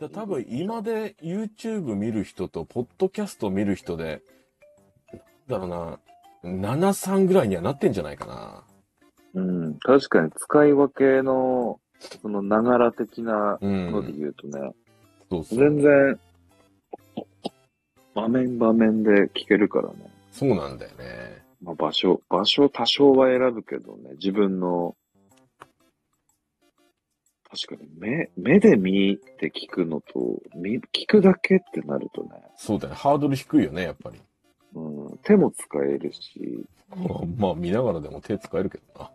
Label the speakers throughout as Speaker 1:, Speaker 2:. Speaker 1: だ多分今で YouTube 見る人と、ポッドキャスト見る人で、なんだろうな、7、3ぐらいにはなってんじゃないかな。
Speaker 2: うん、確かに使い分けの、その、ながら的な
Speaker 1: うん。
Speaker 2: ので言うとね、
Speaker 1: そうそう
Speaker 2: 全然、場面場面で聞けるからね。
Speaker 1: そうなんだよね。
Speaker 2: まあ、場所、場所多少は選ぶけどね、自分の、確かに目、目で見て聞くのと、見、聞くだけってなるとね、
Speaker 1: そうだよね。ハードル低いよね、やっぱり。
Speaker 2: うん、手も使えるし、
Speaker 1: まあ、まあ見ながらでも手使えるけど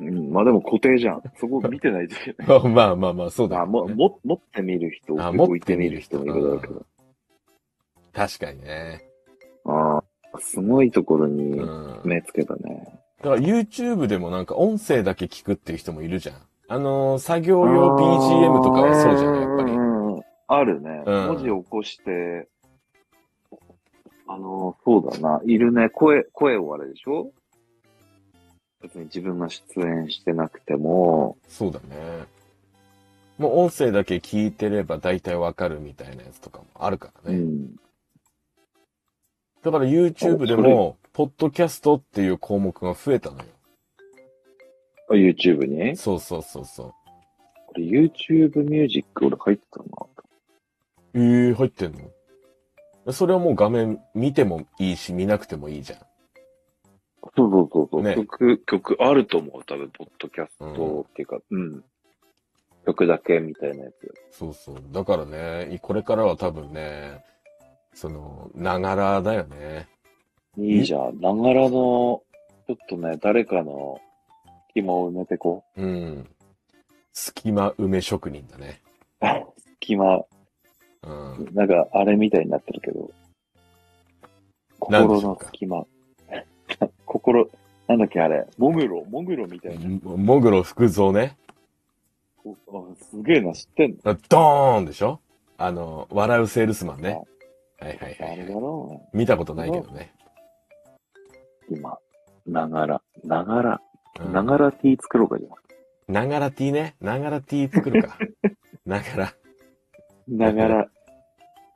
Speaker 2: うん、まあでも固定じゃん。そこ見てないといけない。
Speaker 1: な。 まあまあまあ、そうだ
Speaker 2: まあ、
Speaker 1: よ、ね。
Speaker 2: も、も、持ってみる人、
Speaker 1: あ持
Speaker 2: 置
Speaker 1: っ
Speaker 2: い
Speaker 1: て
Speaker 2: て
Speaker 1: み
Speaker 2: み
Speaker 1: る
Speaker 2: る
Speaker 1: 人
Speaker 2: 人もいるだろうけど。
Speaker 1: 確かにね。
Speaker 2: ああ、すごいところ
Speaker 1: う
Speaker 2: に
Speaker 1: ん。
Speaker 2: 目つけたね。
Speaker 1: だから YouTube でもなんか音声だけ聞くっていう人もいるじゃん。あのー作業用 BGM とかはそうじゃない、やっぱり
Speaker 2: う。んうんうんあるね。
Speaker 1: うん
Speaker 2: 文字起こして、あの、そうだな。いるね。声、声をあれでしょ別に自分が出演してなくても、
Speaker 1: そうだね。もう音声だけ聞いてれば大体わかるみたいなやつとかもあるから
Speaker 2: う
Speaker 1: ね。
Speaker 2: ん。
Speaker 1: だから YouTube で
Speaker 2: あそ
Speaker 1: も、ポッドキャストっていう項目が増えたのよ。
Speaker 2: あ YouTube に
Speaker 1: そうそうそうそ
Speaker 2: これ YouTube ミュージック俺入ってたな。
Speaker 1: う。ええー、入ってんのそれはもう画面見てもいいし、見なくてもいいじゃん。
Speaker 2: そうそうそうそう、
Speaker 1: ね
Speaker 2: 曲、曲あると思う。多分、ポッドキャストっていうか、うん。曲だけみたいなやつ。
Speaker 1: そうそう。だからね、これからは多分ね、その、ながらだよね。
Speaker 2: いいじゃん。ながらの、ちょっとね、誰かの隙間を埋めてこう。
Speaker 1: うん。隙間埋め職人だね。
Speaker 2: 隙間、
Speaker 1: うん。
Speaker 2: なんかあれみたいになってるけど。
Speaker 1: なんで
Speaker 2: 心
Speaker 1: しょう
Speaker 2: の
Speaker 1: か
Speaker 2: 隙間。 心、なんだっけあれ。モグロ、モグロみたいな。
Speaker 1: ももぐろ福蔵ね。
Speaker 2: おあすげえな、知ってんの
Speaker 1: ドーンでしょあの、笑うセールスマンね。はいはい
Speaker 2: あ
Speaker 1: は
Speaker 2: れ
Speaker 1: い
Speaker 2: だ
Speaker 1: はい。
Speaker 2: ろ
Speaker 1: 見たことないけどね。
Speaker 2: う今。ながら、ながら、
Speaker 1: うん
Speaker 2: ながら T 作ろうかじゃ
Speaker 1: ながら T ね。ながら T 作 るか。ながら、
Speaker 2: ん。ながら、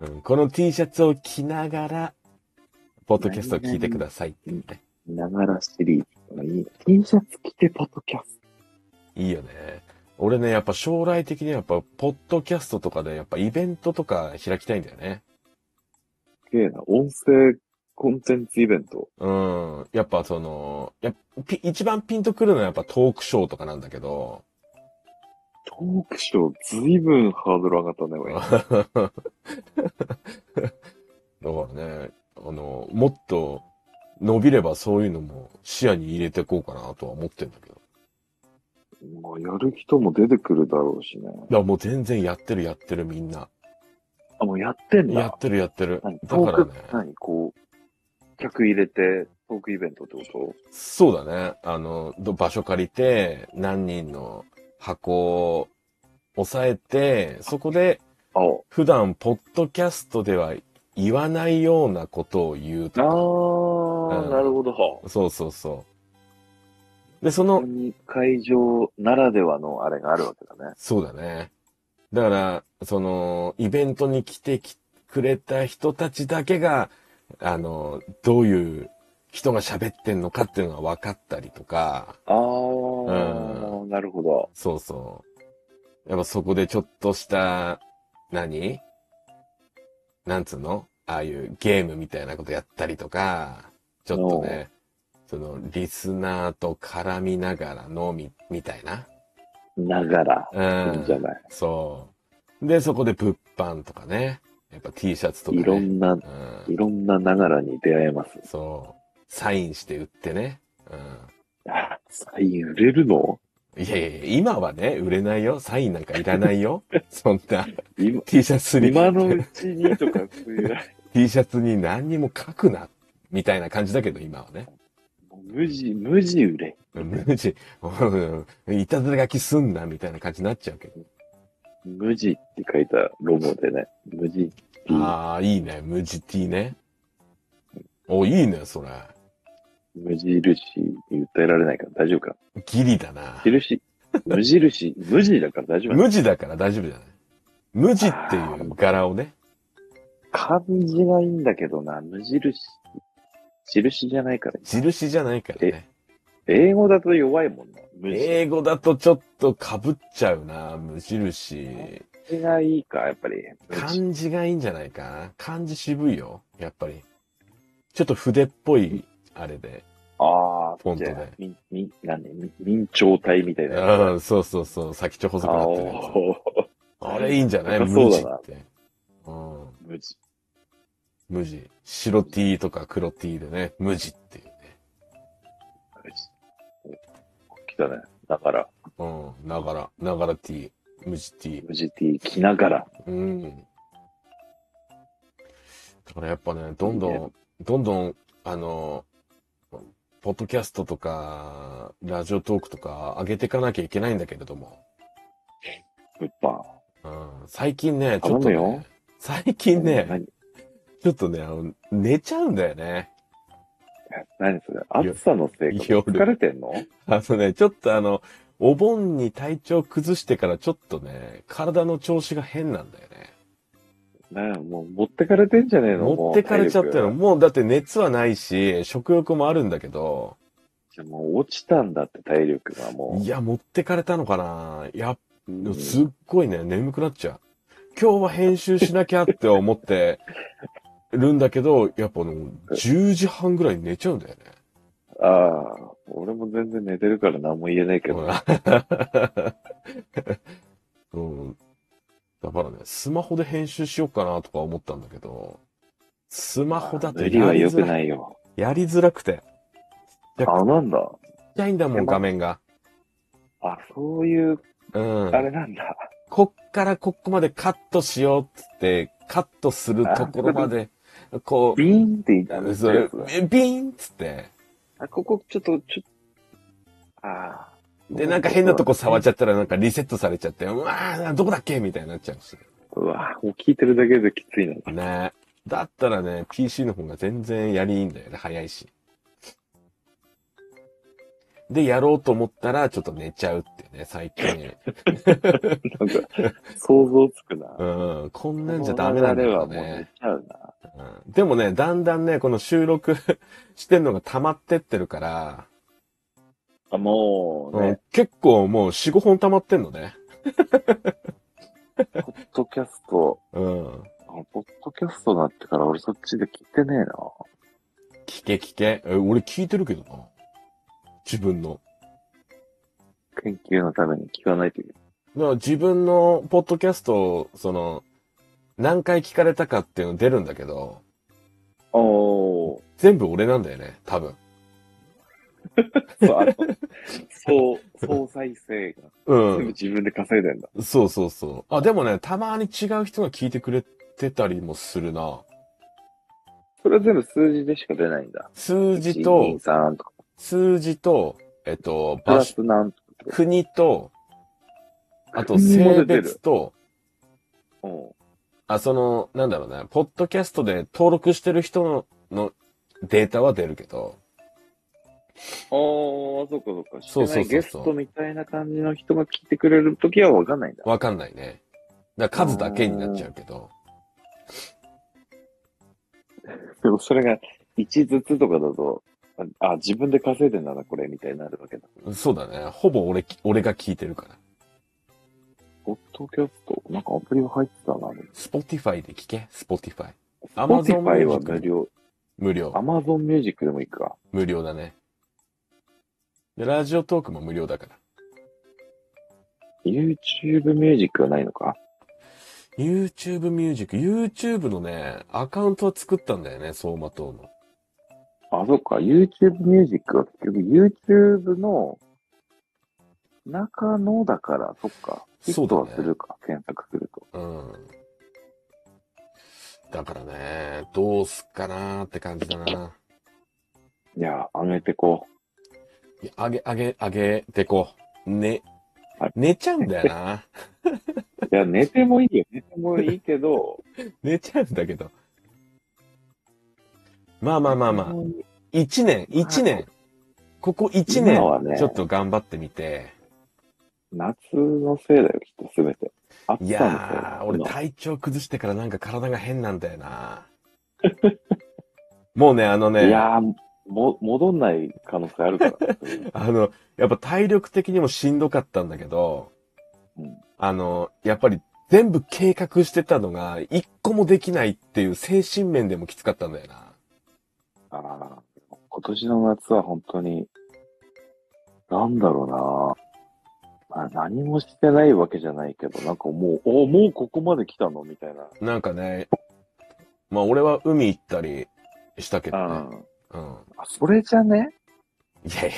Speaker 1: うん。この T シャツを着ながら、ポッドキャストを聞いてくださいっていうね。
Speaker 2: ながらシリーズ。いいね T シャツ着てポッドキャス
Speaker 1: いいよね。俺ね、やっぱ将来的にはやっぱ、ポッドキャストとかで、やっぱイベントとか開きたいんだよね。
Speaker 2: ト。すげえな。音声コンテンツイベント。
Speaker 1: うん。やっぱその、やっぴ一番ピンとくるのはやっぱトークショーとかなんだけど、
Speaker 2: トークショー、ずいぶんハードル上がったね、これ
Speaker 1: だからね、あの、もっと伸びればそういうのも視野に入れていこうかなとは思ってんだけど。
Speaker 2: もうやる人も出てくるだろうしね。
Speaker 1: いや、もう全然やってるやってるみんな。
Speaker 2: あ、もうやってんだ。
Speaker 1: やってるやってる。
Speaker 2: 何
Speaker 1: だ
Speaker 2: ト
Speaker 1: か
Speaker 2: ー
Speaker 1: ら
Speaker 2: ク
Speaker 1: ね、
Speaker 2: 何こう、客入れて、トークイベントってこ
Speaker 1: そうだね。あの、ど場所借りて、何人の箱を押さえて、そこで
Speaker 2: と
Speaker 1: 普段ポッドキャストでは言わないようなことを言う
Speaker 2: ああ
Speaker 1: と
Speaker 2: ー、
Speaker 1: うん
Speaker 2: なるほど。
Speaker 1: か。そうそうそう。で、そ
Speaker 2: こ
Speaker 1: の
Speaker 2: こ、に会場ならではのあれがあるわけだね。
Speaker 1: そうだね。だから、その、イベントに来てきくれた人たちだけが、あの、どういう人が喋ってんのかっていうのが分かったりとか、
Speaker 2: ああ、なるほど。
Speaker 1: そうそう。やっぱそこでちょっとした、何なんつうのああいうゲームみたいなことやったりとか、ちょっとね、その、リスナーと絡みながらのみ、みたいな。
Speaker 2: ながら。
Speaker 1: うん。
Speaker 2: いいんじゃない。
Speaker 1: そう。で、そこで物販とかね。やっぱ T シャツとか、ね。
Speaker 2: いろんな、
Speaker 1: う
Speaker 2: い
Speaker 1: ん。
Speaker 2: ろんなながらに出会えます。
Speaker 1: そう。サインして売ってね。う
Speaker 2: あサイン売れるの
Speaker 1: ん。いやいやいや、今はね、売れないよ。サインなんかいらないよ。 そんな
Speaker 2: 今、
Speaker 1: T シャツに、
Speaker 2: 今のうちにとか、そういう
Speaker 1: T シャツに何にも書くな。みたいな感じだけど、今はね。
Speaker 2: もう無地、無地売れ。
Speaker 1: 無地、うんいたずら書きすんな、みたいな感じになっちゃうけど。
Speaker 2: 無地って書いたロゴでね。無地。
Speaker 1: ああ、いいね。無地 T ね。お、いいね、それ。
Speaker 2: 無印に訴えられないから大丈夫か。
Speaker 1: ギリだな。
Speaker 2: 印、無印、無地だから大丈夫なの
Speaker 1: 無地だから大丈夫じゃない無地っていう柄をね、
Speaker 2: 漢字はいいんだけどな、無印。印じゃないから。
Speaker 1: 印じゃないからね。
Speaker 2: 英語だと弱いもんな。無印。
Speaker 1: 英語だとちょっと被っちゃうな、無印。
Speaker 2: 字がいいか、やっぱり。
Speaker 1: 漢字がいいんじゃないかな。漢字渋いよ、やっぱり。ちょっと筆っぽい、あれで。
Speaker 2: あ
Speaker 1: フォ
Speaker 2: あ、
Speaker 1: ント
Speaker 2: じ
Speaker 1: で
Speaker 2: ゃあ、み、み、なんで、み明朝体みたいなやつ。
Speaker 1: うん、そうそうそう、先っちょ細くな
Speaker 2: あ
Speaker 1: っ
Speaker 2: お
Speaker 1: てるやつ。
Speaker 2: ー
Speaker 1: あれいいんじゃない
Speaker 2: なんかそ
Speaker 1: 無
Speaker 2: う
Speaker 1: 地
Speaker 2: だ
Speaker 1: っ
Speaker 2: な
Speaker 1: て。うん、
Speaker 2: 無地。
Speaker 1: 無地。白 T とか黒 T でね、無地っていうね。
Speaker 2: 無地。来たね。だから、
Speaker 1: うん、ながら、ながら T、無地 T。
Speaker 2: 無地 T 着ながら。
Speaker 1: うん。だからやっぱね、どんど
Speaker 2: いいね
Speaker 1: ん、どんどん、あの、ポッドキャストとか、ラジオトークとか上げていかなきゃいけないんだけれども。
Speaker 2: 物販。
Speaker 1: うん、最近ね、ちょっと、
Speaker 2: 頼むよ
Speaker 1: ね、最近ね、
Speaker 2: 何
Speaker 1: ちょっとね、あの寝ちゃうんだよね。
Speaker 2: 何それ暑さのせいか。
Speaker 1: 夜
Speaker 2: 疲れてんの
Speaker 1: あのね、ちょっとあの、お盆に体調崩してからちょっとね、体の調子が変なんだよね。
Speaker 2: ねもう持ってかれてんじゃねえの
Speaker 1: 持ってかれちゃったの。
Speaker 2: もう体力
Speaker 1: もうだって熱はないし、食欲もあるんだけど、
Speaker 2: じゃあもう落ちたんだって体力がも
Speaker 1: いや、持ってかれたのかな。いや、
Speaker 2: う。
Speaker 1: すっごいね、眠くなっちゃう。今日は編集しなきゃって思ってるんだけど、やっぱあの、10時半ぐらいに寝ちゃうんだよね。
Speaker 2: ああ、俺も全然寝てるから何も言えないけど。
Speaker 1: うん。だからね、スマホで編集しようかなとか思ったんだけど、スマホだと
Speaker 2: 無
Speaker 1: や
Speaker 2: 理は
Speaker 1: り
Speaker 2: 良
Speaker 1: づ
Speaker 2: く
Speaker 1: ら
Speaker 2: ないよ。
Speaker 1: やりづらくて。いや
Speaker 2: あ、なんだ。
Speaker 1: ちっちゃいんだもん、画面が。
Speaker 2: あ、そういう、
Speaker 1: うん
Speaker 2: あ。れなんだ。
Speaker 1: こっからここまでカットしようっつって、カットするところまで、こ
Speaker 2: ビーンって言ったん
Speaker 1: う、
Speaker 2: で
Speaker 1: そ
Speaker 2: す
Speaker 1: れ
Speaker 2: よ。
Speaker 1: ビーンっつって、
Speaker 2: あ、ここちょっと、ちょっと、ああ。
Speaker 1: で、なんか変なとこ触っ
Speaker 2: ゃ
Speaker 1: ちゃったらなんかリセットされちゃって、うわー、どこだっけみたいになっちゃうし。
Speaker 2: う。うわ、もう聞いてるだけできついな。
Speaker 1: ねだったらね、PC の方が全然やりいいんだよね。早いし。で、やろうと思ったら、ちょっと寝ちゃうってね、最近。
Speaker 2: なんか、想像つくな。
Speaker 1: うん、こんなんじゃダメなんだ
Speaker 2: こ
Speaker 1: よ
Speaker 2: の流れはもう寝
Speaker 1: ね。
Speaker 2: ちゃうな。
Speaker 1: うんでもね、だんだんね、この収録 してんのが溜まってってるから、
Speaker 2: あ、もう
Speaker 1: う
Speaker 2: ね
Speaker 1: ん、結構もう4、5本溜まってんのね。
Speaker 2: ポッドキャスト、
Speaker 1: うん。
Speaker 2: あポッドキャストになってから俺そっちで聞いてねえな。
Speaker 1: 聞け聞け。え俺聞いてるけどな。自分の。
Speaker 2: 研究のために聞かないといけない。
Speaker 1: だから自分のポッドキャストを、その、何回聞かれたかっていうの出るんだけど、
Speaker 2: おー。
Speaker 1: 全部俺なんだよね、多分。
Speaker 2: そう、あの、そう、総再生が。
Speaker 1: う
Speaker 2: 全部
Speaker 1: ん。
Speaker 2: 自分で稼いでんだ。
Speaker 1: そうそうそう。あ、でもね、たまに違う人が聞いてくれてたりもするな。
Speaker 2: それは全部数字でしか出ないんだ。
Speaker 1: 数字
Speaker 2: 1 2
Speaker 1: と、
Speaker 2: 3とか、
Speaker 1: 数字と、えっと、
Speaker 2: プラ
Speaker 1: 場所、
Speaker 2: スなんとか。
Speaker 1: 国と、あと
Speaker 2: 国
Speaker 1: 性
Speaker 2: も出てる
Speaker 1: 別と、
Speaker 2: うん。
Speaker 1: あ、その、なんだろうね、ポッドキャストで登録してる人ののデータは出るけど、
Speaker 2: ああ、そっかそっか。
Speaker 1: そうそうそ
Speaker 2: そう
Speaker 1: うそう
Speaker 2: ゲストみたいな感じの人が聞いてくれるときはわかんないんだ。
Speaker 1: わかんないね。だから数だけになっちゃうけど。
Speaker 2: でもそれが1ずつとかだと、あ、あ自分で稼いでんだな、これ、みたいになるわけだ。
Speaker 1: そうだね。ほぼ俺、俺が聞いてるから。
Speaker 2: ポッドキャスト、なんかアプリが入ってたな。
Speaker 1: Spotify で聞け ?Spotify。Amazon
Speaker 2: Spotify は
Speaker 1: Music
Speaker 2: 無料。
Speaker 1: 無料。
Speaker 2: Amazon Music でもいいか。
Speaker 1: 無料だね。で、ラジオトークも無料だから。
Speaker 2: YouTube Music はないのか。
Speaker 1: YouTube Music、YouTube のね、アカウントは作ったんだよね、相馬党の。
Speaker 2: あ、そっか。YouTube Music は結局 YouTube の中のだから、そっか。ヒ
Speaker 1: そう
Speaker 2: ッ
Speaker 1: だ
Speaker 2: ト
Speaker 1: ね
Speaker 2: はするか、検索すると。
Speaker 1: うん。だからね、どうすっかなーって感じだな。
Speaker 2: いや、上げてこ
Speaker 1: いやあげ、あげ、あげてこう。ね
Speaker 2: はい、
Speaker 1: 寝ちゃうんだよな。
Speaker 2: う。いや、寝てもいいよ。寝てもいいけど。
Speaker 1: 寝ちゃうんだけど。まあまあまあまあ。
Speaker 2: あ。
Speaker 1: 一年、一年、ここ一年
Speaker 2: 今は、ね
Speaker 1: ちょっと頑張ってみて、
Speaker 2: 夏のせいだよ、きっとすべて。暑
Speaker 1: い
Speaker 2: さのせいだ
Speaker 1: やー、俺体調崩してからなんか体が変なんだよな。もうね、あのね、
Speaker 2: いやー、も、戻んない可能性あるからね。
Speaker 1: あの、やっぱ体力的にもしんどかったんだけど、
Speaker 2: うん
Speaker 1: あの、やっぱり全部計画してたのが、一個もできないっていう精神面でもきつかったんだよな。
Speaker 2: あー今年の夏は本当に、なんだろうな、まあ、何もしてないわけじゃないけど、なんかもう、おもうここまで来たのみたいな。
Speaker 1: なんかね、まあ俺は海行ったりしたけどね。
Speaker 2: ん。
Speaker 1: うん。
Speaker 2: あ、それじゃね
Speaker 1: いやい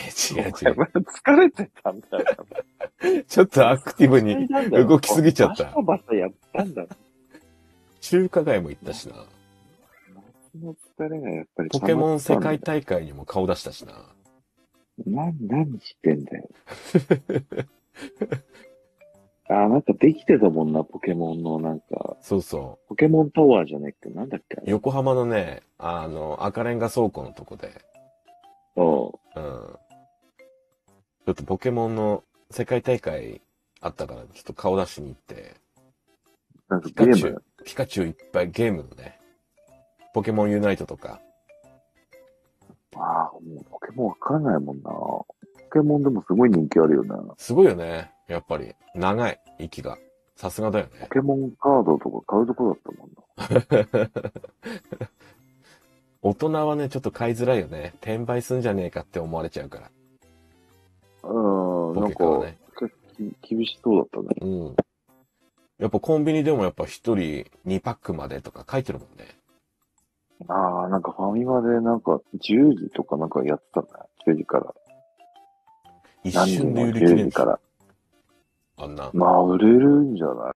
Speaker 1: や、違う
Speaker 2: やっぱり疲れてたんだよ。
Speaker 1: 違う。ちょっとアクティブ に、動きすぎちゃった
Speaker 2: バサバサやったんだ。
Speaker 1: 中華街も行ったしな。
Speaker 2: 夏の疲れがやっぱり溜
Speaker 1: ポ
Speaker 2: まっ
Speaker 1: ケモン
Speaker 2: てた
Speaker 1: 世
Speaker 2: んだよ
Speaker 1: 界大会にも顔出した しな。
Speaker 2: な、何してんだよ。あー、なんかできてたもんな、ポケモンのなんか、
Speaker 1: そうそ
Speaker 2: ポケモンタワーじゃねえっけなんだっけ
Speaker 1: う。横浜のね、あの、赤レンガ倉庫のとこで、
Speaker 2: うん。
Speaker 1: うん。ちょっとポケモンの世界大会あったから、ちょっと顔出しに行って、
Speaker 2: なんか
Speaker 1: ピカ
Speaker 2: ゲ
Speaker 1: チ
Speaker 2: ー
Speaker 1: ュウ
Speaker 2: ム、
Speaker 1: ピカチュウいっぱいゲームのね、ポケモンユナイトとか、
Speaker 2: ああ、もうポケモンわかんないもんな。ポケモンでもすごい人気あるよね。
Speaker 1: すごいよね、やっぱり。長い、息が。さすがだよ
Speaker 2: ポ
Speaker 1: ね。
Speaker 2: ケモンカードとか買うとこだったもんな。
Speaker 1: 大人はね、ちょっと買いづらいよね。転売すんじゃねえかって思われちゃうから。
Speaker 2: うー
Speaker 1: ポ
Speaker 2: ん、なん
Speaker 1: ケ
Speaker 2: か
Speaker 1: カは、ね。
Speaker 2: き厳しそうだったね。
Speaker 1: うん。やっぱコンビニでもやっぱ一人2パックまでとか書いてるもんね。
Speaker 2: ああ、なんかファミマでなんか10時とかなんかやってたね。10時から。
Speaker 1: 一
Speaker 2: 何時
Speaker 1: 瞬で
Speaker 2: も
Speaker 1: 売り切れ
Speaker 2: 10
Speaker 1: る
Speaker 2: 時から。
Speaker 1: あんな。
Speaker 2: まあ、売れるんじゃない